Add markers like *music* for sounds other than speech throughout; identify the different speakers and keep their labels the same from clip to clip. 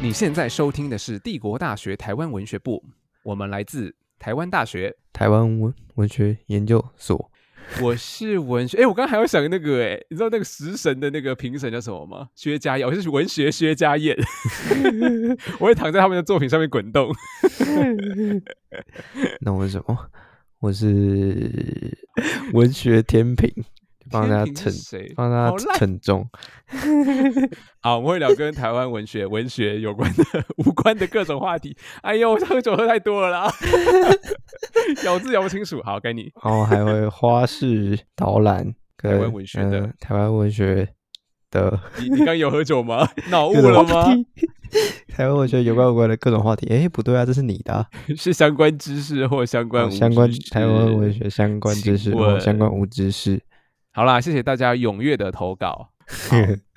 Speaker 1: 你现在收听的是帝国大学台湾文学部，我们来自台湾大学。
Speaker 2: 台湾文文学研究所，
Speaker 1: 我是文学，哎、我刚刚还有想那个、哎，你知道那个食神的那个评审叫什么吗？薛家燕，我是文学薛家燕， *laughs* 我会躺在他们的作品上面滚动。
Speaker 2: 那我是什么？
Speaker 1: *laughs*
Speaker 2: 我是文学天平，帮大家
Speaker 1: 天平
Speaker 2: 称
Speaker 1: 是，谁？
Speaker 2: 帮
Speaker 1: 好
Speaker 2: 大家
Speaker 1: 烂
Speaker 2: 称重。
Speaker 1: 好，我们会聊跟台湾文学、文学有关的、无关的各种话题。哎呦，我喝酒喝太多了
Speaker 2: *laughs*
Speaker 1: 啦，咬字咬不清楚。好，该你。
Speaker 2: 然后还会花式 *laughs* 导览跟
Speaker 1: 台湾文学的
Speaker 2: 呃台湾文学的
Speaker 1: 你你刚有喝酒
Speaker 2: *laughs*
Speaker 1: 吗？脑雾
Speaker 2: 各
Speaker 1: 了
Speaker 2: 种
Speaker 1: 吗
Speaker 2: 话？题， *laughs* 台湾文学有关无关的各种话题。哎，不对啊，这是你的啊
Speaker 1: 是相关知识或相关、
Speaker 2: 哦相关台湾文。学相关
Speaker 1: 请
Speaker 2: 知识或
Speaker 1: 问
Speaker 2: 相关无知识，
Speaker 1: 好啦，谢谢大家踊跃的投稿。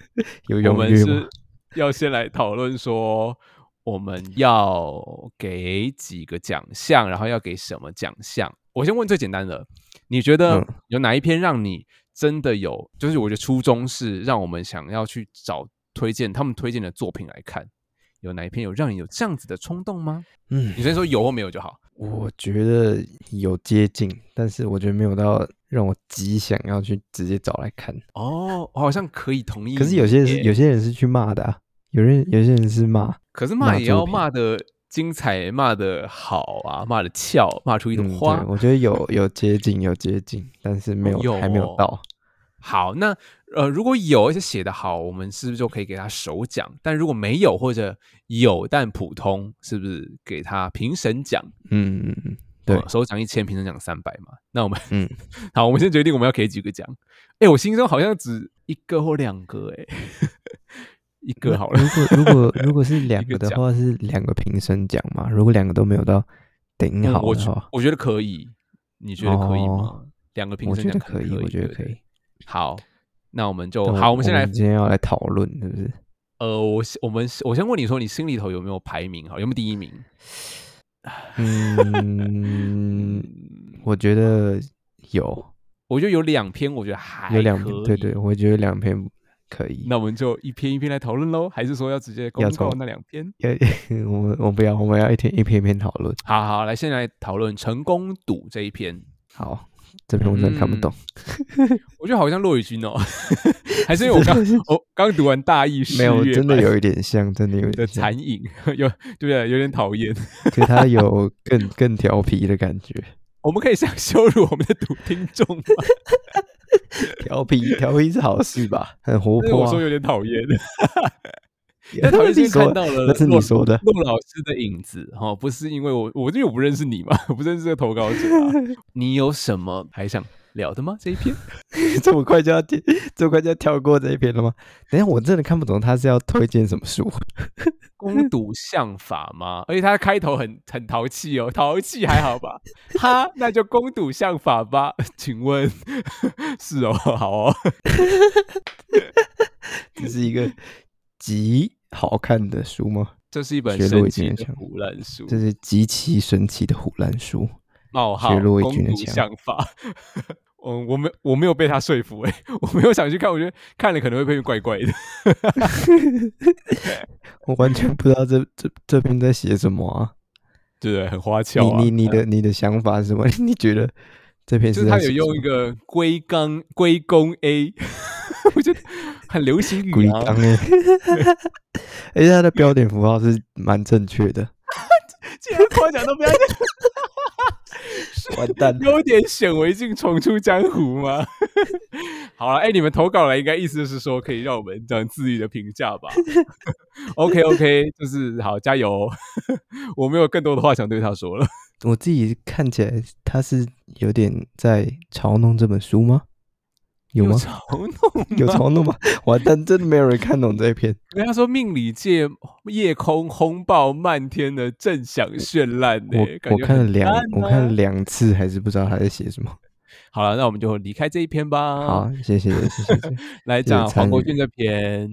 Speaker 2: *laughs* 有
Speaker 1: 我
Speaker 2: 踊
Speaker 1: 们
Speaker 2: 跃吗
Speaker 1: 是？ *laughs* 要先来讨论说，我们要给几个奖项，然后要给什么奖项？我先问最简单的，你觉得
Speaker 2: 嗯
Speaker 1: 有哪一篇让你真的有？就是我觉得初衷是让我们想要去找推荐他们推荐的作品来看，有哪一篇有让你有这样子的冲动吗？
Speaker 2: 嗯
Speaker 1: 你，先说有或没有就好。
Speaker 2: 我觉得有接近，但是我觉得没有到让我极想要去直接找来看。
Speaker 1: 哦，我好像可以同意你耶。
Speaker 2: 可是有些人是有些人是去骂的、啊，有人有些人是骂，
Speaker 1: 可是骂
Speaker 2: 骂
Speaker 1: 也要
Speaker 2: 作品
Speaker 1: 骂的精彩，骂的好啊，骂的俏，骂出一朵
Speaker 2: 嗯，
Speaker 1: 花。
Speaker 2: 对，我觉得有有接近有接近，但是没有
Speaker 1: 有
Speaker 2: 还没
Speaker 1: 哦
Speaker 2: 有到。
Speaker 1: 好，那呃，如果有而且写的好，我们是不是就可以给他首奖？但如果没有或者有但普通，是不是给他评审奖？
Speaker 2: 嗯，嗯对
Speaker 1: 呃首奖一千，评审奖三百嘛。那我们
Speaker 2: 嗯，
Speaker 1: *laughs* 好，我们先决定我们要给几个奖。哎，我心中好像只一个或两个，哎， *laughs* 一个好了。
Speaker 2: 如果如
Speaker 1: *laughs*
Speaker 2: 果如果是两
Speaker 1: 个
Speaker 2: 个的
Speaker 1: 奖
Speaker 2: 话，是两个评审奖嘛？如果两个都没有到顶
Speaker 1: 嗯
Speaker 2: 好
Speaker 1: 我
Speaker 2: 的
Speaker 1: 觉
Speaker 2: 话，
Speaker 1: 我觉得可以，你觉得可以吗
Speaker 2: 哦？
Speaker 1: 两个评
Speaker 2: 我
Speaker 1: 审
Speaker 2: 觉得
Speaker 1: 奖
Speaker 2: 可
Speaker 1: 以，
Speaker 2: 以，我觉
Speaker 1: 对
Speaker 2: 得可。
Speaker 1: 对
Speaker 2: 以。
Speaker 1: 好，那我们就
Speaker 2: 那
Speaker 1: 好，我们先来
Speaker 2: 今天要来讨论，是不是？
Speaker 1: 呃，我先我们我先问你说，你心里头有没有排名？好，有没有第一名？ *laughs*
Speaker 2: 嗯，我觉得有
Speaker 1: 我觉得有两篇，我觉得还
Speaker 2: 有两篇
Speaker 1: 可，
Speaker 2: 对
Speaker 1: 以
Speaker 2: 对，。我觉得两篇可以。
Speaker 1: 那我们就一篇一篇来讨论喽，还是说要直接公
Speaker 2: 要
Speaker 1: 告
Speaker 2: 从
Speaker 1: 那两篇？
Speaker 2: 要 *laughs* 我们我不要，我们要一天一篇一篇讨论。
Speaker 1: 好好，来先来讨论成功赌这一篇，
Speaker 2: 好，这篇我真的看不懂。
Speaker 1: 我觉得好像骆雨君哦， *laughs* 还是因嗯为我刚我刚读完大意
Speaker 2: *laughs* 没有，
Speaker 1: 四月
Speaker 2: 真的
Speaker 1: 版
Speaker 2: 有一点像，真的有一
Speaker 1: 的
Speaker 2: 点像，
Speaker 1: 残影， *laughs* 有对不对？有点讨厌。
Speaker 2: 就他有更更调皮的感觉，
Speaker 1: 我们可以想羞辱我们的赌听众 *laughs* 吗？
Speaker 2: 调皮调皮是好事吧？很活
Speaker 1: 但是
Speaker 2: 泼、
Speaker 1: 我
Speaker 2: 啊
Speaker 1: 说，有点讨 *laughs* 厌，
Speaker 2: 也
Speaker 1: 但讨厌是因
Speaker 2: *laughs* 你
Speaker 1: 为看
Speaker 2: 说
Speaker 1: 到了
Speaker 2: 那是
Speaker 1: 骆
Speaker 2: 你说的，
Speaker 1: 陆老师的影子哈、哦，不是因为我，我因为我不认识你嘛，我不认识这个投稿者、啊。 *laughs* 你有什么还想聊的吗？这一篇
Speaker 2: *laughs* 这么快就要跳这么快就要跳过这一篇了吗？等一下我真的看不懂他是要推荐什么书，
Speaker 1: *laughs* 攻读相法吗？而且它开头很很淘气哦，淘气还好吧？ *laughs* 哈，那就攻读相法吧。 *laughs* 请问是哦，好哦， *laughs*
Speaker 2: 这是一个极好看的书吗？
Speaker 1: 这是一本
Speaker 2: 学
Speaker 1: 神
Speaker 2: 洛已
Speaker 1: 奇
Speaker 2: 经
Speaker 1: 的
Speaker 2: 很强
Speaker 1: 腐烂书。
Speaker 2: 这是极其神奇的虎烂书，
Speaker 1: 冒号
Speaker 2: 学骆
Speaker 1: 攻
Speaker 2: 以军的
Speaker 1: 读
Speaker 2: 枪
Speaker 1: 想法。嗯，我没我没有被他说服哎、 *laughs* 我没有想去看，我觉得看了可能会变怪怪的。 *laughs*
Speaker 2: 我完全不知道这这这篇在写什么啊！
Speaker 1: 对对，很花俏、啊。
Speaker 2: 你你你的你的想法是什么？ *laughs* 你觉得这篇
Speaker 1: 就是是
Speaker 2: 在
Speaker 1: 他
Speaker 2: 写
Speaker 1: 有用
Speaker 2: 什
Speaker 1: 一
Speaker 2: 么
Speaker 1: 个龟缸龟公 A，我 *laughs* 觉得很流行语
Speaker 2: 龟
Speaker 1: 啊
Speaker 2: 缸。哎， *laughs* 而且它的标点符号是蛮正确
Speaker 1: *laughs*
Speaker 2: 的，
Speaker 1: 既然夸奖都不要再
Speaker 2: 完蛋了！
Speaker 1: 有点显微镜重出江湖吗？ *laughs* 好了，哎、你们投稿来，应该意思就是说可以让我们这样自愈的评价吧。OK
Speaker 2: *laughs*
Speaker 1: OK，就是好，加油！哦 *laughs* 我没有更多的话想对他说了。
Speaker 2: 我自己看起来他是有点在嘲弄这本书吗？有吗？
Speaker 1: 嘲弄吗？
Speaker 2: 有嘲弄吗？ *laughs* 完蛋，真的没有人看懂这一篇。
Speaker 1: 人家说命理界夜空轰爆漫天的正响绚烂、欸，
Speaker 2: 嗯我
Speaker 1: 感
Speaker 2: 我
Speaker 1: 觉
Speaker 2: 看了
Speaker 1: 很
Speaker 2: 两
Speaker 1: 赞
Speaker 2: 我
Speaker 1: 啊
Speaker 2: 看了两次，还是不知道他在写什么。
Speaker 1: 好了，那我们就离开这一篇吧。
Speaker 2: 好，谢谢谢谢。谢谢
Speaker 1: 来
Speaker 2: 谢
Speaker 1: 讲
Speaker 2: 参
Speaker 1: 黄国
Speaker 2: 与哦
Speaker 1: 俊这篇，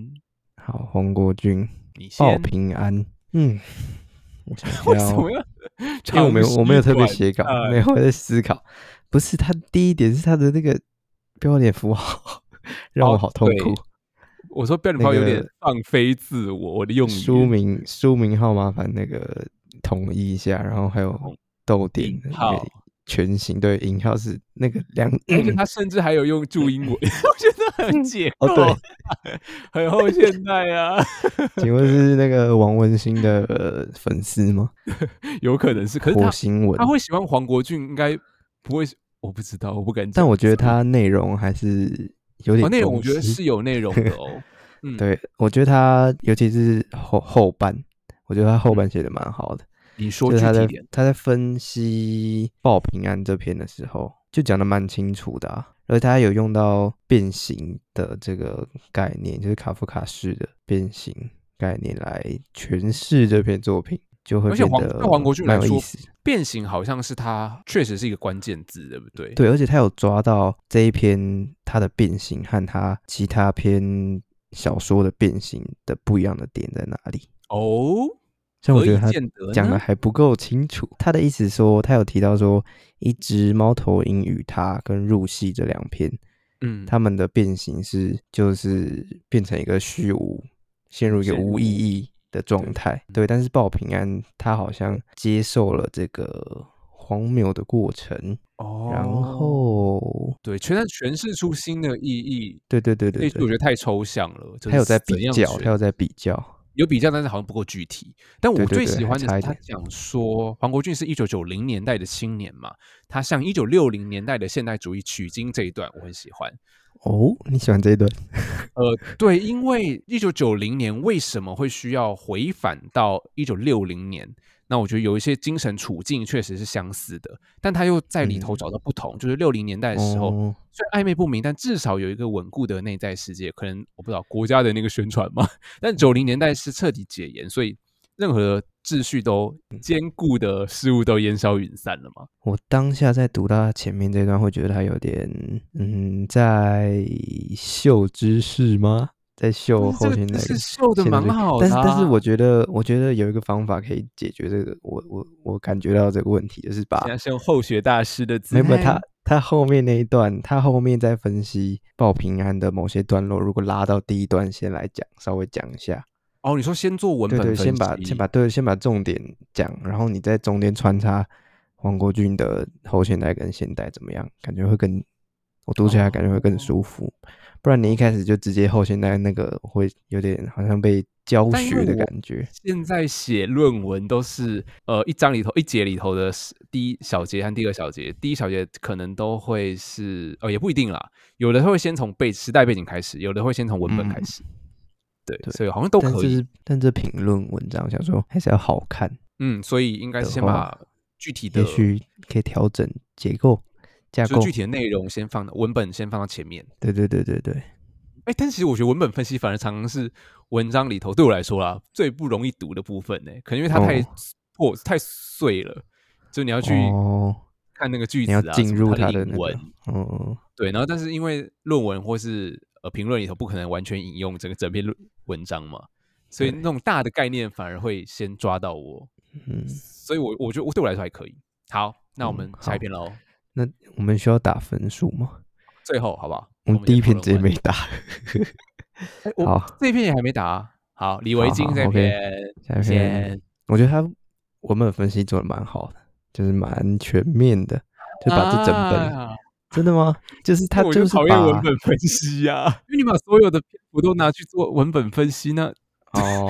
Speaker 2: 好，黄国军
Speaker 1: 你
Speaker 2: 报
Speaker 1: 先
Speaker 2: 平安。嗯，我想
Speaker 1: *laughs* 为
Speaker 2: 要
Speaker 1: 什么要？
Speaker 2: 啊因为我没有我没有特别
Speaker 1: 长吁
Speaker 2: 写稿
Speaker 1: 短，
Speaker 2: 没有我在思考。不是他第一点是他的那个标点符号 *laughs* 让
Speaker 1: 哦
Speaker 2: 我好痛
Speaker 1: 对
Speaker 2: 苦，
Speaker 1: 短我说标点符号有点
Speaker 2: 那个
Speaker 1: 放飞自我，我的用语
Speaker 2: 书名书名号麻烦那个统一一下，然后还有逗点
Speaker 1: 引
Speaker 2: 那个
Speaker 1: 号
Speaker 2: 全形对引号是那个
Speaker 1: *laughs*
Speaker 2: 两
Speaker 1: 而且他甚至还有用注音文， *laughs* 我觉得很解构，
Speaker 2: 哦
Speaker 1: 很后现代啊， *laughs*
Speaker 2: 请问是那个王文兴的、呃粉丝吗？
Speaker 1: 有可能是，可是
Speaker 2: 火
Speaker 1: 他
Speaker 2: 星文
Speaker 1: 他，会喜欢黄国俊，应该不会是，我不知道，我不敢讲。
Speaker 2: 但我觉得他内容还是有
Speaker 1: 哦
Speaker 2: 点
Speaker 1: 内容，我
Speaker 2: 东
Speaker 1: 觉得
Speaker 2: 西
Speaker 1: 是有内容的哦。嗯，，
Speaker 2: 对，我觉得他尤其是后后半，我觉得他后半写的蛮好的，
Speaker 1: 你说
Speaker 2: 就
Speaker 1: 嗯具
Speaker 2: 是他
Speaker 1: 体
Speaker 2: 在
Speaker 1: 点，
Speaker 2: 他在分析报平安这篇的时候，就讲的蛮清楚的、啊，而且他有用到变形的这个概念，就是卡夫卡式的变形概念来诠释这篇作品，就会
Speaker 1: 而且
Speaker 2: 变
Speaker 1: 黄
Speaker 2: 得
Speaker 1: 对黄国俊来
Speaker 2: 蛮有
Speaker 1: 说
Speaker 2: 意思。
Speaker 1: 变形好像是他确实是一个关键字，对不对？，
Speaker 2: 对，而且他有抓到这一篇他的变形和他其他篇小说的变形的不一样的点在哪里。
Speaker 1: 哦，
Speaker 2: 所以我
Speaker 1: 何
Speaker 2: 觉
Speaker 1: 以
Speaker 2: 得他
Speaker 1: 见得呢
Speaker 2: 讲的还不够清楚。他的意思说，他有提到说，一只猫头鹰与它跟入戏这两篇，
Speaker 1: 嗯，
Speaker 2: 他们的变形是就是变成一个虚无，陷入一个
Speaker 1: 陷入
Speaker 2: 无意义的状态。对，但是报平安他好像接受了这个荒谬的过程，
Speaker 1: 哦，
Speaker 2: 然后。
Speaker 1: 对，全它诠释出新的意义，
Speaker 2: 对对对
Speaker 1: 这
Speaker 2: 对
Speaker 1: 一句我
Speaker 2: 对，
Speaker 1: 觉得太抽象了。就是
Speaker 2: 他有在
Speaker 1: 怎
Speaker 2: 比
Speaker 1: 样
Speaker 2: 较，
Speaker 1: 诠
Speaker 2: 他有在比较，
Speaker 1: 有比较，但是好像不够具体。但我
Speaker 2: 对对
Speaker 1: 最
Speaker 2: 对
Speaker 1: 喜
Speaker 2: 还
Speaker 1: 欢的
Speaker 2: 差
Speaker 1: 是
Speaker 2: 一
Speaker 1: 他
Speaker 2: 点
Speaker 1: 讲说，黄国俊是一九九零年代的青年嘛，他向一九六零年代的现代主义取经这一段，我很喜欢。
Speaker 2: 哦，你喜欢这一段？
Speaker 1: 呃，对，因为一九九零年为什么会需要回返到一九六零年？那我觉得有一些精神处境确实是相似的，但他又在里头
Speaker 2: 嗯
Speaker 1: 找到不同。就是六零年代的时候，
Speaker 2: 哦，
Speaker 1: 虽然暧昧不明，但至少有一个稳固的内在世界。可能我不知道国家的那个宣传嘛， *laughs* 但九零年代是彻底解严，所以任何秩序都
Speaker 2: 嗯
Speaker 1: 坚固的事物都烟消云散了嘛。
Speaker 2: 我当下在读到他前面这段，会觉得他有点，嗯，在秀知识吗？在秀后
Speaker 1: 嗯这
Speaker 2: 天
Speaker 1: 个
Speaker 2: 来
Speaker 1: 是秀的
Speaker 2: 现代
Speaker 1: 蛮
Speaker 2: 主义
Speaker 1: 好的
Speaker 2: 但是
Speaker 1: 啊、
Speaker 2: 但是我觉得，我觉得有一个方法可以解决这个，我我我感觉到这个问题，就是把
Speaker 1: 现在是用后学大师的姿
Speaker 2: 没有没有
Speaker 1: 态
Speaker 2: 他他后面那一段，他后面在分析报平安的某些段落，如果拉到第一段先来讲，稍微讲一下，
Speaker 1: 哦，你说先做文
Speaker 2: 对
Speaker 1: 本分
Speaker 2: 对，
Speaker 1: 析，
Speaker 2: 先把先把对，先把重点讲，然后你在中间穿插黄国俊的后现代跟现代怎么样，感觉会更我读起来感觉会更
Speaker 1: 哦
Speaker 2: 舒服。不然你一开始就直接后现代那个，会有点好像被教
Speaker 1: 但因为
Speaker 2: 学的
Speaker 1: 我
Speaker 2: 感觉。
Speaker 1: 现在写论文都是呃一章里头一节里头的是第一小节和第二小节，第一小节可能都会是哦也不一定啦，有的会先从背时代背景开始，有的会先从文本开
Speaker 2: 嗯
Speaker 1: 始，对，
Speaker 2: 对
Speaker 1: 所以好像都
Speaker 2: 但
Speaker 1: 可
Speaker 2: 这
Speaker 1: 以，
Speaker 2: 是但这评论文章，我想说还是要好看，
Speaker 1: 嗯，所以应该是
Speaker 2: 的
Speaker 1: 先
Speaker 2: 话
Speaker 1: 把具体的
Speaker 2: 也许可以调整结构架
Speaker 1: 就是
Speaker 2: 构
Speaker 1: 具。体的内容先放到文本先放到前面，
Speaker 2: 对对对对对，
Speaker 1: 哎，但其实我觉得文本分析反而常常是文章里头对我来说啦最不容易读的部分呢，欸可能因为它太
Speaker 2: 哦
Speaker 1: 破、太碎了，就你要去
Speaker 2: 哦，
Speaker 1: 看那个句
Speaker 2: 你
Speaker 1: 子
Speaker 2: 要
Speaker 1: 啊，什
Speaker 2: 进
Speaker 1: 么
Speaker 2: 入
Speaker 1: 它
Speaker 2: 他
Speaker 1: 的
Speaker 2: 的
Speaker 1: 引
Speaker 2: 那个
Speaker 1: 文，，
Speaker 2: 嗯，
Speaker 1: 对，然后但是因为论文或是呃评论里头不可能完全引用整个整篇论文章嘛，所以
Speaker 2: 对
Speaker 1: 那种大的概念反而会先抓到我，
Speaker 2: 嗯，
Speaker 1: 所以我我觉得我对我来说还可以。好，那我
Speaker 2: 嗯
Speaker 1: 们下
Speaker 2: 好
Speaker 1: 一篇喽，
Speaker 2: 那我们需要打分数吗？
Speaker 1: 最后好不好？
Speaker 2: 我们
Speaker 1: 们
Speaker 2: 第一
Speaker 1: 先
Speaker 2: 篇
Speaker 1: 讨
Speaker 2: 直接
Speaker 1: 论完
Speaker 2: 没打。
Speaker 1: 哎我
Speaker 2: *laughs* 好，
Speaker 1: 这篇也还没打啊、好，李维
Speaker 2: 好
Speaker 1: 京
Speaker 2: 好
Speaker 1: 这
Speaker 2: ，OK
Speaker 1: 篇
Speaker 2: 下一篇
Speaker 1: 先，
Speaker 2: 我觉得他文本分析做的蛮好的，就是蛮全面的，就把这整本、
Speaker 1: 啊
Speaker 2: 真的吗？就是他
Speaker 1: 我
Speaker 2: 就是
Speaker 1: 讨厌
Speaker 2: 把
Speaker 1: 文本分析呀、 *laughs* 啊，因为你把所有的篇幅都拿去做文本分析，那
Speaker 2: *laughs* 哦，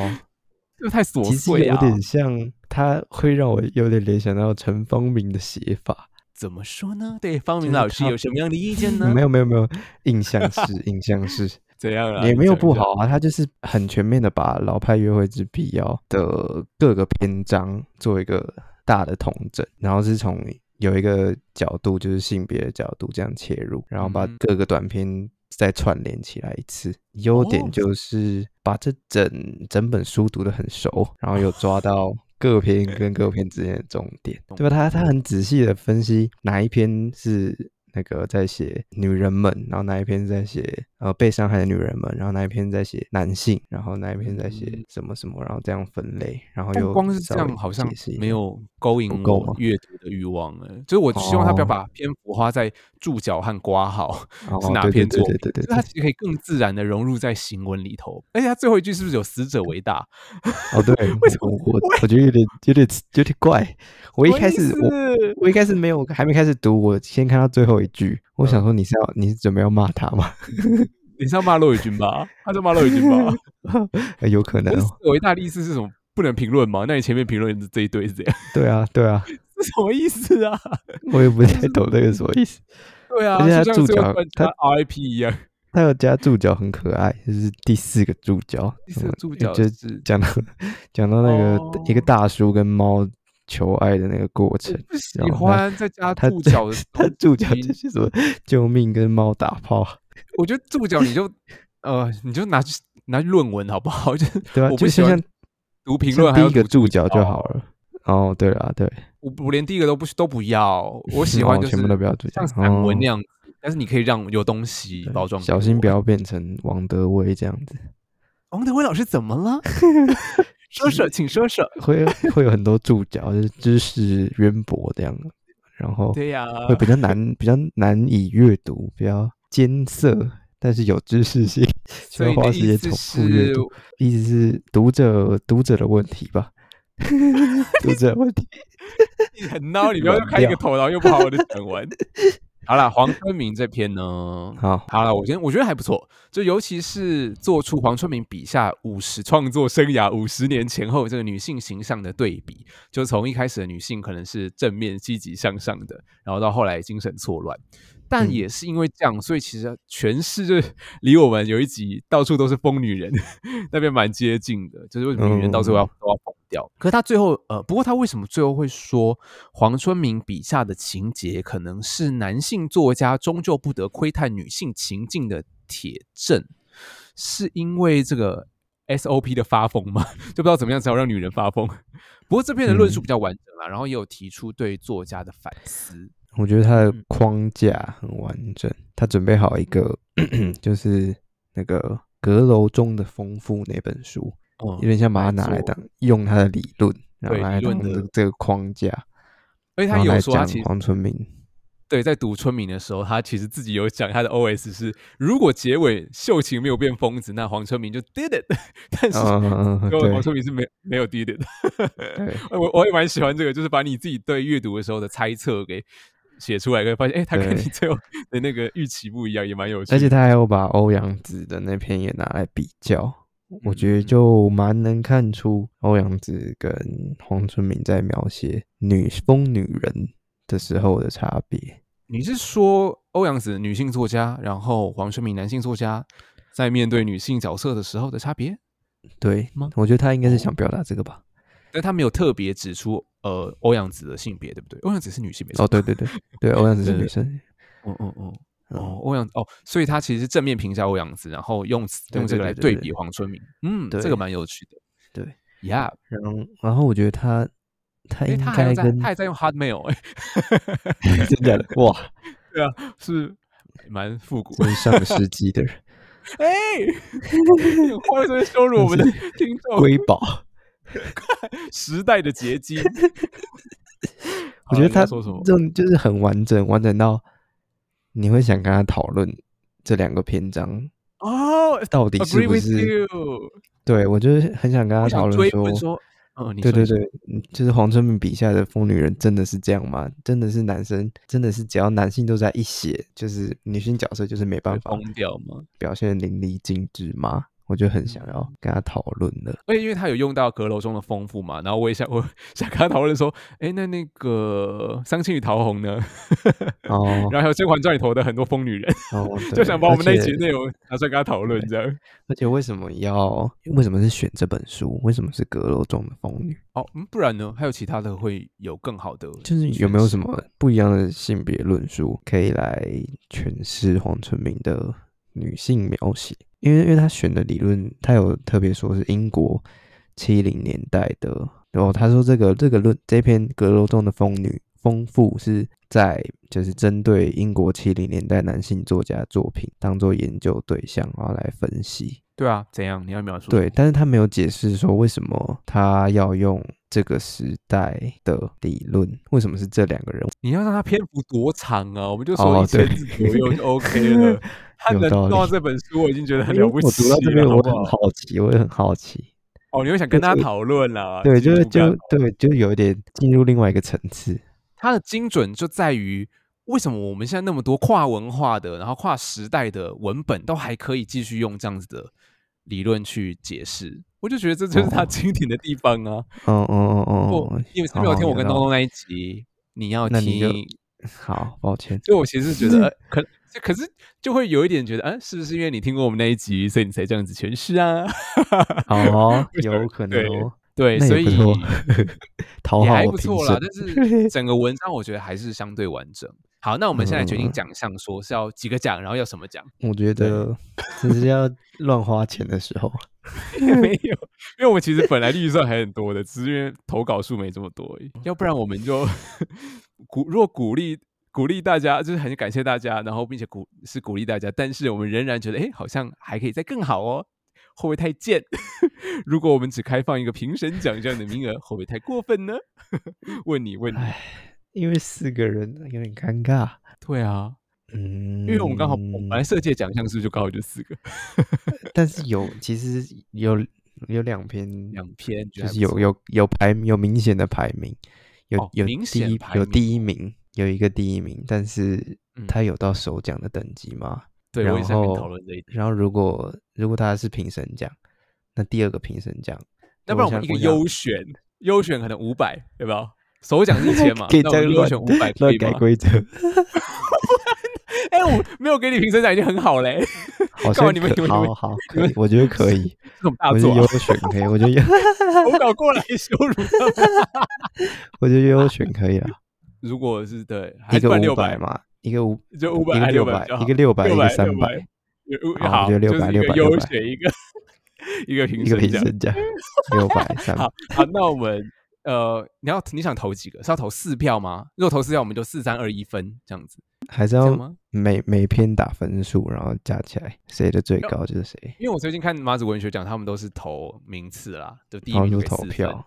Speaker 1: 这太琐
Speaker 2: 其实
Speaker 1: 碎
Speaker 2: 有
Speaker 1: 啊。
Speaker 2: 点像，他会让我有点联想到陈方明的写法。
Speaker 1: 怎么说呢？对方明
Speaker 2: 就是
Speaker 1: 老师
Speaker 2: 他
Speaker 1: 有什么样的意见呢？
Speaker 2: 没有没有没有，印象是印象是，
Speaker 1: 怎样啦？
Speaker 2: 也
Speaker 1: 你
Speaker 2: 没有
Speaker 1: 讲一
Speaker 2: 不
Speaker 1: 下
Speaker 2: 好。啊，他就是很全面的把《老派约会之必要》的各个篇章做一个大的统整，然后是从有一个角度，就是性别的角度这样切入，然后把
Speaker 1: 嗯
Speaker 2: 各个短篇再串联起来一次。优
Speaker 1: 哦
Speaker 2: 点就是把这整整本书读得很熟，然后有
Speaker 1: 啊
Speaker 2: 抓到各篇跟各篇之间的重点，对吧？他他很仔细的分析哪一篇是那个在写女人们，然后哪一篇是在写呃被伤害的女人们，然后哪一篇在写男性，然后哪一篇在写什么什么，然后这样分类，然后
Speaker 1: 嗯但
Speaker 2: 又
Speaker 1: 光是
Speaker 2: 稍
Speaker 1: 这
Speaker 2: 微
Speaker 1: 样好像
Speaker 2: 解释一
Speaker 1: 没
Speaker 2: 下
Speaker 1: 有勾引
Speaker 2: 不够
Speaker 1: 我
Speaker 2: 吗
Speaker 1: 阅读的欲望哎、就是我希望他不要把篇幅花在注脚和刮号，是
Speaker 2: 哦
Speaker 1: 哪
Speaker 2: 对
Speaker 1: 篇
Speaker 2: 对
Speaker 1: 作
Speaker 2: 对
Speaker 1: 品，
Speaker 2: 对对
Speaker 1: *laughs* 就是
Speaker 2: 对
Speaker 1: 它其实可以更自然的融入在行文里头。而且它最后一句是不是有“死者为大
Speaker 2: 哦，对，
Speaker 1: 为什么
Speaker 2: 我我我觉得有点有点有点
Speaker 1: *laughs*
Speaker 2: 怪。”？我一
Speaker 1: 什么
Speaker 2: 开
Speaker 1: 意
Speaker 2: 始我
Speaker 1: 思
Speaker 2: 我一开始没有还没开始读，我先看到最后一句，我
Speaker 1: 嗯
Speaker 2: 想说你是要你是准备要骂他吗？ *laughs*
Speaker 1: 你是要骂骆宇君吧？他在骂骆宇君吧？
Speaker 2: 呃有可能
Speaker 1: 可是“死
Speaker 2: 哦，
Speaker 1: 者为大”的意思是什么？不能评论吗？那你前面评论的这一堆是怎样？ *laughs*
Speaker 2: 对啊对啊，
Speaker 1: 这什么意思啊？
Speaker 2: 我也不太懂这个什么意思。
Speaker 1: 对啊，
Speaker 2: 而且他
Speaker 1: 就像
Speaker 2: 注
Speaker 1: 最后
Speaker 2: 脚
Speaker 1: 突然
Speaker 2: 他
Speaker 1: 加 RIP 一样，
Speaker 2: *laughs* 他有加注脚很可爱，就是第四个注脚，
Speaker 1: 第四
Speaker 2: 嗯
Speaker 1: 个注脚
Speaker 2: 就是讲到讲到那个、
Speaker 1: 哦
Speaker 2: 一个大叔跟猫求爱的那个过程
Speaker 1: 我，不喜
Speaker 2: 然后他
Speaker 1: 欢再加
Speaker 2: 他
Speaker 1: 注脚的
Speaker 2: 他
Speaker 1: 东
Speaker 2: 注脚
Speaker 1: 西
Speaker 2: 就是什么救命跟猫打炮，
Speaker 1: 我觉得注脚你就呃，你就拿去拿去论文好不好？ *laughs* 就是
Speaker 2: 对啊，
Speaker 1: 我不
Speaker 2: 就
Speaker 1: 喜
Speaker 2: 是
Speaker 1: 欢
Speaker 2: 像
Speaker 1: 读评
Speaker 2: 像
Speaker 1: 论，还
Speaker 2: 第
Speaker 1: 有
Speaker 2: 一个
Speaker 1: 读
Speaker 2: 注脚就
Speaker 1: 脚
Speaker 2: 好了。哦，对了，对，
Speaker 1: 我我连第一个都不都不要，
Speaker 2: *laughs*
Speaker 1: 我喜欢
Speaker 2: 哦
Speaker 1: 就是
Speaker 2: 全部都不要注脚
Speaker 1: 像散文
Speaker 2: 哦
Speaker 1: 那样子，但是你可以让有东西包装。
Speaker 2: 小心不！要变成王德威这样子，
Speaker 1: 王德威老师怎么
Speaker 2: *laughs*
Speaker 1: 了？说说，请说说。
Speaker 2: 会会有很多注脚，就是知识渊博这样，然后
Speaker 1: 对呀、
Speaker 2: 会比较难，比较难以阅读，比较艰涩，但是有知识性，需
Speaker 1: 所以
Speaker 2: 要
Speaker 1: 你
Speaker 2: 花
Speaker 1: 的
Speaker 2: 时间
Speaker 1: 意思
Speaker 2: 重复阅
Speaker 1: 是
Speaker 2: 读。意思是读者读者的问题
Speaker 1: *laughs*
Speaker 2: 吧？读者的问题，
Speaker 1: 你很孬，
Speaker 2: *laughs*
Speaker 1: 你不要
Speaker 2: 软
Speaker 1: 又开一个
Speaker 2: 掉
Speaker 1: 头，然后又不好好的讲
Speaker 2: *laughs*
Speaker 1: 完。好了，黄春明这篇呢，
Speaker 2: 好，
Speaker 1: 好了，我觉得我觉得还不错，就尤其是做出黄春明笔下五十创作生涯五十年前后这个女性形象的对比，就从一开始的女性可能是正面积极向上的，然后到后来精神错乱，但
Speaker 2: 嗯
Speaker 1: 也是因为这样，所以其实全是就是离我们有一集到处都是疯女人那边蛮接近的，就是为什么女人到最后要、都要疯掉？嗯可是他最后呃，不过他为什么最后会说黄春明笔下的情节可能是男性作家终究不得窥探女性情境的铁证，是因为这个 SOP 的发疯吗？就不知道怎么样才能让女人发疯。不过这篇的
Speaker 2: 嗯
Speaker 1: 论述比较完整啦，然后也有提出对作家的反思。
Speaker 2: 我觉得它的
Speaker 1: 嗯
Speaker 2: 框架很完整，他准备好一个 *clears throat* 就是那个《阁楼中的丰富》那本书，
Speaker 1: 嗯
Speaker 2: 有点像把它拿
Speaker 1: 来
Speaker 2: 哦来
Speaker 1: 做
Speaker 2: 当用它的理论，然后
Speaker 1: 对
Speaker 2: 拿来
Speaker 1: 理论
Speaker 2: 当
Speaker 1: 的
Speaker 2: 这个这个框架，
Speaker 1: 而且他
Speaker 2: 然后
Speaker 1: 有
Speaker 2: 来
Speaker 1: 说，他
Speaker 2: 讲哦
Speaker 1: 其实
Speaker 2: 黄春 *laughs* 明。
Speaker 1: 对在读春明的时候，他其实自己有讲他的 OS 是：如果结尾秀琴没有变疯子，那黄春明就 did it。但 *laughs* 是
Speaker 2: 嗯嗯嗯，
Speaker 1: 最后黄
Speaker 2: 对
Speaker 1: 春明是没没有 did it。 *laughs*
Speaker 2: 对，
Speaker 1: 我我也蛮喜欢这个，就是把你自己对阅读的时候的猜测给写出来，会发现，哎、他跟你
Speaker 2: 对
Speaker 1: 最后的那个预期不一样，也蛮有趣的。
Speaker 2: 而且他还有把欧阳子的那篇也拿来比较，我觉得
Speaker 1: 嗯
Speaker 2: 就蛮能看出欧阳子跟黄春明在描写女疯女人的时候的差别。
Speaker 1: 你是说欧阳子女性作家，然后黄春明男性作家在面对女性角色的时候的差别？
Speaker 2: 对哦
Speaker 1: 吗，
Speaker 2: 我觉得他应该是想表达这个吧。
Speaker 1: 但他没有特别指出呃欧阳子的性别，对不对？欧阳子是女性，没错。
Speaker 2: *laughs* 哦，对对对 *laughs* 对，欧阳子是
Speaker 1: 对
Speaker 2: 女生。
Speaker 1: 嗯嗯嗯。
Speaker 2: 嗯
Speaker 1: 哦，欧阳哦，所以他其实是正面评价欧阳子，然后用此
Speaker 2: 对
Speaker 1: 用这
Speaker 2: 对
Speaker 1: 个来
Speaker 2: 对对
Speaker 1: 对
Speaker 2: 对
Speaker 1: 比黄春明，嗯，
Speaker 2: 对
Speaker 1: 这个蛮有趣的。
Speaker 2: 对，
Speaker 1: Yeah，
Speaker 2: 然后然后我觉得他他
Speaker 1: 因为
Speaker 2: 应
Speaker 1: 他还
Speaker 2: 该
Speaker 1: 有在，
Speaker 2: 跟
Speaker 1: 他还在用 Hotmail，哎、
Speaker 2: *laughs* 真假的哇，
Speaker 1: 是蛮复古。
Speaker 2: 真是上个世纪
Speaker 1: *laughs*
Speaker 2: 的人
Speaker 1: 哎、你很坏，这羞辱我们的听众，
Speaker 2: 瑰宝。
Speaker 1: 啊时代的结晶。
Speaker 2: *laughs* 我觉
Speaker 1: 好
Speaker 2: 得他
Speaker 1: 你要说什么？
Speaker 2: 这种就是很完整，完整到你会想跟他讨论这两个篇章
Speaker 1: 哦
Speaker 2: 到底是
Speaker 1: ，agree
Speaker 2: 不
Speaker 1: with
Speaker 2: 是。
Speaker 1: you。
Speaker 2: 对我就是很想跟他
Speaker 1: 我
Speaker 2: 讨
Speaker 1: 想
Speaker 2: 论
Speaker 1: 追
Speaker 2: 说
Speaker 1: 问，说，嗯，你
Speaker 2: 对
Speaker 1: 说
Speaker 2: 对
Speaker 1: 你说
Speaker 2: 对，嗯就是黄春明笔下的疯女人真的是这样吗？真的是男生真的是只要男性都在一写，就是女性角色就是没办
Speaker 1: 会
Speaker 2: 法
Speaker 1: 疯掉吗？
Speaker 2: 表现得淋漓尽致吗？我就很想要跟他讨论了。
Speaker 1: 而且因为他有用到阁楼中的丰富嘛，然后我也想，我 *laughs* 想跟他讨论说，哎，那那个《伤心与桃红》呢？
Speaker 2: 哦
Speaker 1: *laughs* 然后还有《甄嬛传》里头的很多疯女人，
Speaker 2: 哦，对
Speaker 1: 就想把我们那
Speaker 2: 而
Speaker 1: 一
Speaker 2: 且
Speaker 1: 集内容拿出来跟他讨论，这样。
Speaker 2: 而且为什么要为什么是选这本书？为什么是阁楼中的疯女？
Speaker 1: 哦，嗯，不然呢？还有其他的会有更好的诠释吗，
Speaker 2: 就是有没有什么不一样的性别论述可以来诠释黄春明的女性描写？因为因为他选的理论，他有特别说是英国七零年代的，然后他说这个这个论这篇《阁楼中的疯女》丰富是在就是针对英国七零年代男性作家的作品当做研究对象，然后来分析。
Speaker 1: 对啊，怎样？你要描述？
Speaker 2: 对，，但是他没有解释说为什么他要用这个时代的理论，为什么是这两个人物？
Speaker 1: 你要让它篇幅多长啊？我们就说
Speaker 2: 哦
Speaker 1: 一千字左右就 OK
Speaker 2: *laughs*
Speaker 1: 了。他
Speaker 2: 有
Speaker 1: 能
Speaker 2: 道
Speaker 1: 弄到
Speaker 2: 理
Speaker 1: 这本书，我已经觉得很
Speaker 2: 因为
Speaker 1: 了不
Speaker 2: 我
Speaker 1: 起
Speaker 2: 读到这边，
Speaker 1: 了，好
Speaker 2: 我
Speaker 1: 不
Speaker 2: 很
Speaker 1: 好？
Speaker 2: 好奇，我也很好奇。
Speaker 1: 哦，你会想跟他
Speaker 2: 就是
Speaker 1: 讨论啊啦？
Speaker 2: 对，
Speaker 1: 进
Speaker 2: 就是
Speaker 1: 入感
Speaker 2: 就对，就有一点进入另外一个层次。
Speaker 1: 它的精准就在于为什么我们现在那么多跨文化的，然后跨时代的文本都还可以继续用这样子的理论去解释，我就觉得这就是它
Speaker 2: 哦
Speaker 1: 经典的地方啊。
Speaker 2: 哦哦哦哦
Speaker 1: 不
Speaker 2: 哦，，
Speaker 1: 因为是没有
Speaker 2: 哦
Speaker 1: 听我
Speaker 2: 有
Speaker 1: 跟
Speaker 2: 道
Speaker 1: 东
Speaker 2: 理
Speaker 1: 东那一集，你要
Speaker 2: 那你就
Speaker 1: 听，
Speaker 2: 好，抱歉。
Speaker 1: 所以我其实觉
Speaker 2: *laughs*
Speaker 1: 得，呃可这可是就会有一点觉得，嗯、是不是因为你听过我们那一集，所以你才这样子诠释啊？
Speaker 2: 哦，
Speaker 1: 为什么
Speaker 2: 有可能
Speaker 1: 对
Speaker 2: 哦，
Speaker 1: *laughs* 对，
Speaker 2: 那
Speaker 1: 所
Speaker 2: 也
Speaker 1: 以
Speaker 2: 不错，讨
Speaker 1: 也
Speaker 2: 好
Speaker 1: 还
Speaker 2: 我
Speaker 1: 不
Speaker 2: 评
Speaker 1: 错啦
Speaker 2: 审。。
Speaker 1: 但
Speaker 2: *laughs*
Speaker 1: 是整个文章我觉得还是相对完整。好，那我们现在决定
Speaker 2: 嗯
Speaker 1: 奖项，说是要几个奖，然后要什么奖？ *laughs*
Speaker 2: 我觉
Speaker 1: 对
Speaker 2: 得这是要乱花钱的时候。 *laughs*
Speaker 1: 没有，因为我们其实本来预算还很多的，只是因为投稿数没这么多而已，要不然我们就 *laughs* 鼓如果鼓励鼓励大家，就是很感谢大家，然后并且鼓是鼓励大家，但是我们仍然觉得，哎，好像还可以再更好哦，会不会太贱？ *laughs* 如果我们只开放一个评审奖这样的名额，会不会太过分呢？ *laughs* 问你问你，
Speaker 2: 唉，因为四个人有点尴尬。
Speaker 1: 对啊，
Speaker 2: 嗯，
Speaker 1: 因为我们刚好我们本来设计的奖项是不是就刚好就四个
Speaker 2: 但是有其实有有两篇，
Speaker 1: 两篇，觉
Speaker 2: 就
Speaker 1: 得还
Speaker 2: 是
Speaker 1: 不
Speaker 2: 有
Speaker 1: 错
Speaker 2: 有有排有明显的排名，有、
Speaker 1: 哦
Speaker 2: 有
Speaker 1: 明
Speaker 2: 第
Speaker 1: 显
Speaker 2: 一
Speaker 1: 排
Speaker 2: 有
Speaker 1: 名哦
Speaker 2: 第一名，有一个第一名，但是
Speaker 1: 嗯
Speaker 2: 他有到首奖的等级吗？
Speaker 1: 对，我也
Speaker 2: 然
Speaker 1: 想跟你
Speaker 2: 后
Speaker 1: 讨论这一点。
Speaker 2: 然后如果如果他是评审奖，那第二个评审奖，
Speaker 1: 要不然我
Speaker 2: 想
Speaker 1: 们一个
Speaker 2: 我想
Speaker 1: 优选，优选可能五百，有没有？首奖是一千嘛
Speaker 2: *laughs* ，可以
Speaker 1: 那
Speaker 2: 这
Speaker 1: 我们
Speaker 2: 样
Speaker 1: 优
Speaker 2: 乱
Speaker 1: 选五百可
Speaker 2: 乱
Speaker 1: 以
Speaker 2: 改
Speaker 1: 吗？*laughs*
Speaker 2: 规则，
Speaker 1: 哎、我没有给你评审奖已经很好嘞、干嘛
Speaker 2: 好像
Speaker 1: 你们你
Speaker 2: 可
Speaker 1: 们
Speaker 2: 好
Speaker 1: 你们
Speaker 2: 好
Speaker 1: 你
Speaker 2: 好可
Speaker 1: 们
Speaker 2: 以，我觉得可以，
Speaker 1: 这种 *laughs* 大
Speaker 2: 我觉
Speaker 1: 作
Speaker 2: 得
Speaker 1: 啊、
Speaker 2: 优选可以，我觉得优 *laughs*
Speaker 1: 投稿过来羞辱他们。
Speaker 2: 我觉得优选可以了，
Speaker 1: 如果是对， *laughs* 还是
Speaker 2: 一个
Speaker 1: 办
Speaker 2: 五
Speaker 1: 六
Speaker 2: 百
Speaker 1: 百，
Speaker 2: 嘛，一个五
Speaker 1: 就500
Speaker 2: 一
Speaker 1: 还是
Speaker 2: 个
Speaker 1: 600
Speaker 2: 六百
Speaker 1: 比较，好
Speaker 2: 一个六百，一
Speaker 1: 六
Speaker 2: 个
Speaker 1: 百
Speaker 2: 三
Speaker 1: 六
Speaker 2: 百，
Speaker 1: 百，有
Speaker 2: 好我
Speaker 1: 好，
Speaker 2: 觉得
Speaker 1: 就是
Speaker 2: 600
Speaker 1: 一个
Speaker 2: 600
Speaker 1: 优选一个 *laughs* 一个评
Speaker 2: 一个
Speaker 1: 审
Speaker 2: 评
Speaker 1: 奖。
Speaker 2: 审奖，
Speaker 1: *laughs*
Speaker 2: 六百三
Speaker 1: 好，好，那我们呃，你要你想投几个？是要投四票吗？如果投四票，我们就四三二一分这样子，
Speaker 2: 还是
Speaker 1: 这
Speaker 2: 要
Speaker 1: 样吗？
Speaker 2: 每每篇打分数，然后加起来谁的最
Speaker 1: 要
Speaker 2: 高就是谁，
Speaker 1: 因为我最近看马子文学奖，他们都是投名次啦，就第一
Speaker 2: 然后
Speaker 1: 名
Speaker 2: 就
Speaker 1: 给
Speaker 2: 投
Speaker 1: 四分
Speaker 2: 票。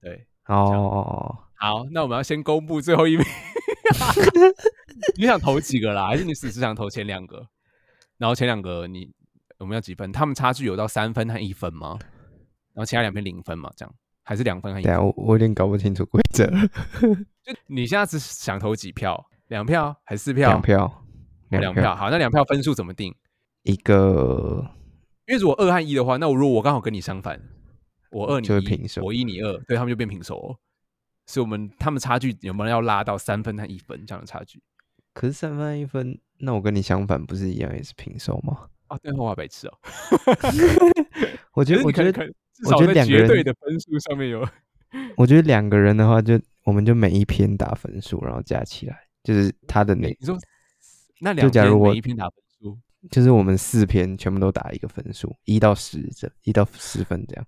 Speaker 1: 对，
Speaker 2: 哦，
Speaker 1: 好，那我们要先公布最后一名。 *laughs* 你想投几个啦？还是你只是想投前两个？然后前两个你我们要几分？他们差距有到三分和一分吗？然后其他两边零分嘛，这样还是两分和一
Speaker 2: 等
Speaker 1: 分？
Speaker 2: 一下我我有点搞不清楚规则，
Speaker 1: 就你现在只想投几票？两票还是四票？
Speaker 2: 两票，
Speaker 1: 哦
Speaker 2: 两
Speaker 1: 票。，好，那两票分数怎么定？
Speaker 2: 一个
Speaker 1: 因为如果二和一的话，那我如果我刚好跟你相反，我二你
Speaker 2: 就会
Speaker 1: 一
Speaker 2: 平手
Speaker 1: 我一你二，对他们就变平手、哦。所以我们他们差距有没有要拉到三分和一分这样的差距？
Speaker 2: 可是三分一分，那我跟你相反，不是一样也是平手吗？
Speaker 1: 啊，对，我好白痴哦。
Speaker 2: 我觉
Speaker 1: 就
Speaker 2: 得，
Speaker 1: 是
Speaker 2: 我
Speaker 1: 你可能至少
Speaker 2: 觉得，我觉得
Speaker 1: 在
Speaker 2: 两个
Speaker 1: 绝对
Speaker 2: 人
Speaker 1: 的分数上面
Speaker 2: *laughs*
Speaker 1: 有，
Speaker 2: 我觉得两个人的话就，我们就每一篇打分数，然后加起来，就是他的那，
Speaker 1: 你说那两
Speaker 2: 假如
Speaker 1: 篇
Speaker 2: 我
Speaker 1: 每一篇打分数，
Speaker 2: 就是我们四篇全部都打一个分数，一到十这，一到十分这样。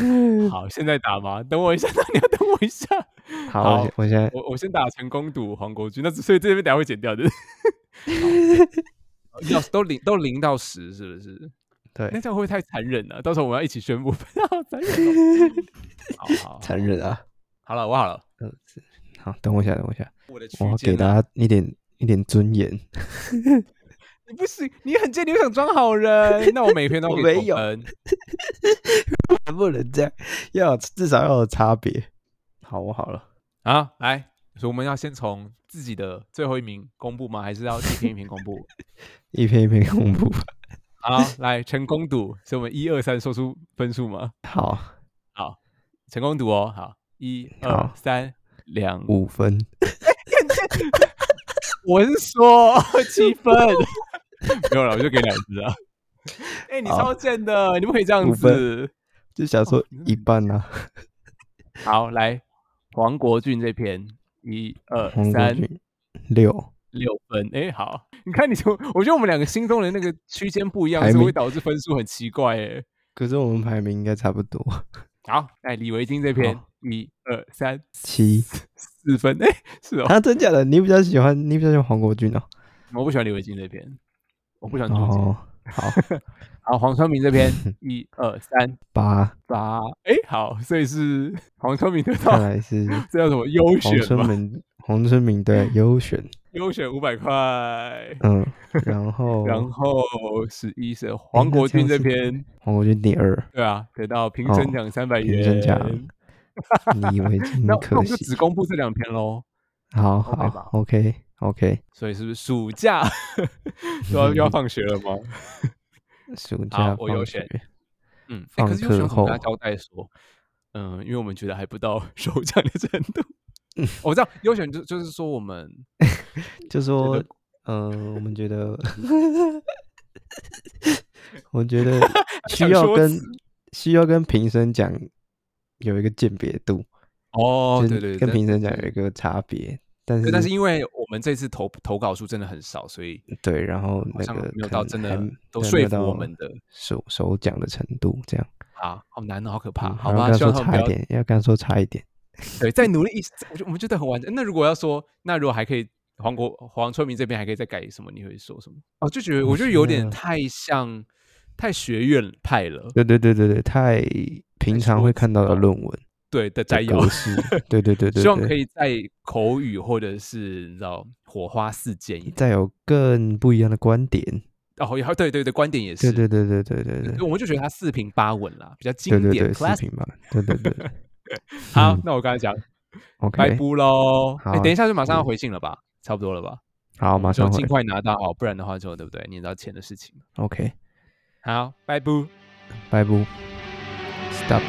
Speaker 2: 嗯
Speaker 1: 好，现在打吗？等我一下， *laughs* 那你要等我一下。
Speaker 2: 好，
Speaker 1: 好
Speaker 2: 我现我现在
Speaker 1: 我我先打成功赌黄国军，那所以这边等下会剪掉的。 *laughs* 好要都零都零到十是不是？那 *laughs*
Speaker 2: 对
Speaker 1: 这样会不会太残忍了、到时候我们要一起宣 *laughs* 布，好残忍、哦。好好 *laughs* 好，
Speaker 2: 残忍啊！
Speaker 1: 好了，我好了。
Speaker 2: 嗯，是好，等我一下，等我一下，
Speaker 1: 我的区
Speaker 2: 我要给
Speaker 1: 间啊
Speaker 2: 大家一点一点尊严。 *laughs*
Speaker 1: 你不行，你很贱，你又想装好人。 *laughs* 那我每篇都
Speaker 2: 我
Speaker 1: 给
Speaker 2: 没
Speaker 1: 九
Speaker 2: 有
Speaker 1: 分
Speaker 2: 不能这样，要有至少要有差别。好，我好了，
Speaker 1: 啊，来，所以我们要先从自己的最后一名公布吗？还是要一篇一篇公 *laughs* 布？
Speaker 2: 一篇一篇公布。
Speaker 1: 好，来成功赌，所以我们一二三说出分数吗？
Speaker 2: 好，
Speaker 1: 成功赌哦，好，一二
Speaker 2: 好
Speaker 1: 三，两，
Speaker 2: 五分，
Speaker 1: 我是说 *laughs* 七分，没有了，我就给两只啊。 *laughs* 哎、你
Speaker 2: 好
Speaker 1: 超贱的，你不可以这样
Speaker 2: 五
Speaker 1: 子
Speaker 2: 分。就想说
Speaker 1: 哦你真的
Speaker 2: 一半啊。
Speaker 1: 好，来黄国俊这篇，一二
Speaker 2: 黄国
Speaker 1: 三，
Speaker 2: 军六，
Speaker 1: 六分。哎、好， *laughs* 你看你从，我觉得我们两个心中的那个区间不一样，
Speaker 2: 排
Speaker 1: 所以会
Speaker 2: 名
Speaker 1: 导致分数很奇怪、哎，
Speaker 2: 可是我们排名应该差不多。
Speaker 1: 好，来李维京这篇
Speaker 2: 好，
Speaker 1: 一二三
Speaker 2: 七，
Speaker 1: 四分，哎、是哦，
Speaker 2: 啊，真假的？你比较喜欢你比较喜欢黄国军哦？
Speaker 1: 我不喜欢刘伟金这篇，我不喜欢刘伟金。
Speaker 2: 哦，好，
Speaker 1: 好，黄聪明这
Speaker 2: *laughs*
Speaker 1: 篇一二三 *laughs*
Speaker 2: 八，
Speaker 1: 八，哎，好，所以是黄聪明得
Speaker 2: *laughs* 看
Speaker 1: 到
Speaker 2: 来是
Speaker 1: 这叫什么优
Speaker 2: 黄
Speaker 1: 选
Speaker 2: 春
Speaker 1: 吧？
Speaker 2: 明，黄春明对优选，
Speaker 1: 优选五百块， *laughs*
Speaker 2: 嗯，然后
Speaker 1: 然后十一
Speaker 2: 哎
Speaker 1: 是黄国军这篇，
Speaker 2: 黄国军第二，
Speaker 1: 对啊，得到评
Speaker 2: 哦
Speaker 1: 审奖三百
Speaker 2: 评
Speaker 1: 元。
Speaker 2: 审奖李维京
Speaker 1: *laughs* 那那我
Speaker 2: 嗯可
Speaker 1: 们就只
Speaker 2: 惜，
Speaker 1: 公布这两篇喽。
Speaker 2: 好
Speaker 1: OK
Speaker 2: 好
Speaker 1: 吧
Speaker 2: ，OK OK，
Speaker 1: 所以是不是暑
Speaker 2: *laughs*
Speaker 1: 假又要又要放学了吗？
Speaker 2: 暑
Speaker 1: 好
Speaker 2: 假
Speaker 1: 我优
Speaker 2: 放
Speaker 1: 选
Speaker 2: 学
Speaker 1: 嗯，哎可
Speaker 2: 放
Speaker 1: 是又想
Speaker 2: 课
Speaker 1: 跟大家交
Speaker 2: 后
Speaker 1: 代说，嗯，因为我们觉得还不到 *laughs* 首奖的程度。哦
Speaker 2: 嗯
Speaker 1: 我知道优选就就是说我们
Speaker 2: 就说，嗯、我们觉
Speaker 1: *laughs*
Speaker 2: 得，我们觉
Speaker 1: *laughs*
Speaker 2: 得需
Speaker 1: 想
Speaker 2: 要
Speaker 1: 说
Speaker 2: 跟
Speaker 1: 辞
Speaker 2: 需要跟评审讲有一个鉴别度，
Speaker 1: 哦，
Speaker 2: 就
Speaker 1: 对
Speaker 2: 是
Speaker 1: 对，
Speaker 2: 跟
Speaker 1: 但
Speaker 2: 评审讲有一个差别，但
Speaker 1: 对
Speaker 2: 是
Speaker 1: 但是因为我们这次投投稿数真的很少，所以
Speaker 2: 对，然后
Speaker 1: 好
Speaker 2: 那
Speaker 1: 像
Speaker 2: 个
Speaker 1: 没有
Speaker 2: 可
Speaker 1: 到
Speaker 2: 能
Speaker 1: 真
Speaker 2: 还
Speaker 1: 的
Speaker 2: 没
Speaker 1: 都
Speaker 2: 还没
Speaker 1: 说
Speaker 2: 有
Speaker 1: 服我
Speaker 2: 到
Speaker 1: 们的
Speaker 2: 手手讲的程度，这样，
Speaker 1: 啊，好难哦，好可怕。
Speaker 2: 嗯
Speaker 1: 好
Speaker 2: 然后
Speaker 1: 吧，
Speaker 2: 跟
Speaker 1: 希
Speaker 2: 他
Speaker 1: 望
Speaker 2: 说
Speaker 1: 他们
Speaker 2: 差
Speaker 1: 不
Speaker 2: 一
Speaker 1: 要
Speaker 2: 点，要跟他说差一点，
Speaker 1: 对再努力一，我觉得我们觉得很完整。那如果要说，那如果还可以，黄国黄春明这边还可以再改什么？你会说什么？哦，就觉得
Speaker 2: 我
Speaker 1: 我觉得
Speaker 2: 觉
Speaker 1: 有点
Speaker 2: 得
Speaker 1: 太像太学院派了，
Speaker 2: 对对对对对，太平常
Speaker 1: 说
Speaker 2: 会
Speaker 1: 辞
Speaker 2: 看到的
Speaker 1: 哦
Speaker 2: 论文
Speaker 1: 对的摘
Speaker 2: 的
Speaker 1: 要 *laughs*
Speaker 2: 格。式，对对对对
Speaker 1: 希望
Speaker 2: 对
Speaker 1: 可，以在口语或者是你知道火花四溅一点，
Speaker 2: 再有更不一样的观点。
Speaker 1: 然后也对对对，观点也
Speaker 2: 对
Speaker 1: 是，
Speaker 2: 对对对对对对，
Speaker 1: 我们就觉得它四平八稳啦，比较嗯经
Speaker 2: 对对
Speaker 1: 典
Speaker 2: 对，视
Speaker 1: classic。
Speaker 2: 频吧，对对对对
Speaker 1: 好
Speaker 2: 嗯，
Speaker 1: 那我刚才讲拜
Speaker 2: ，OK，
Speaker 1: 布喽。
Speaker 2: 好
Speaker 1: 哎，
Speaker 2: 啊
Speaker 1: 等一下就马上要
Speaker 2: 嗯
Speaker 1: 回信了吧？差不多了吧？
Speaker 2: 好，马
Speaker 1: 就
Speaker 2: 上回
Speaker 1: 尽快拿到哦，不然的话就对不对？你也知道钱的事情。
Speaker 2: ，OK，
Speaker 1: 好，拜布。
Speaker 2: 拜拜，Stop。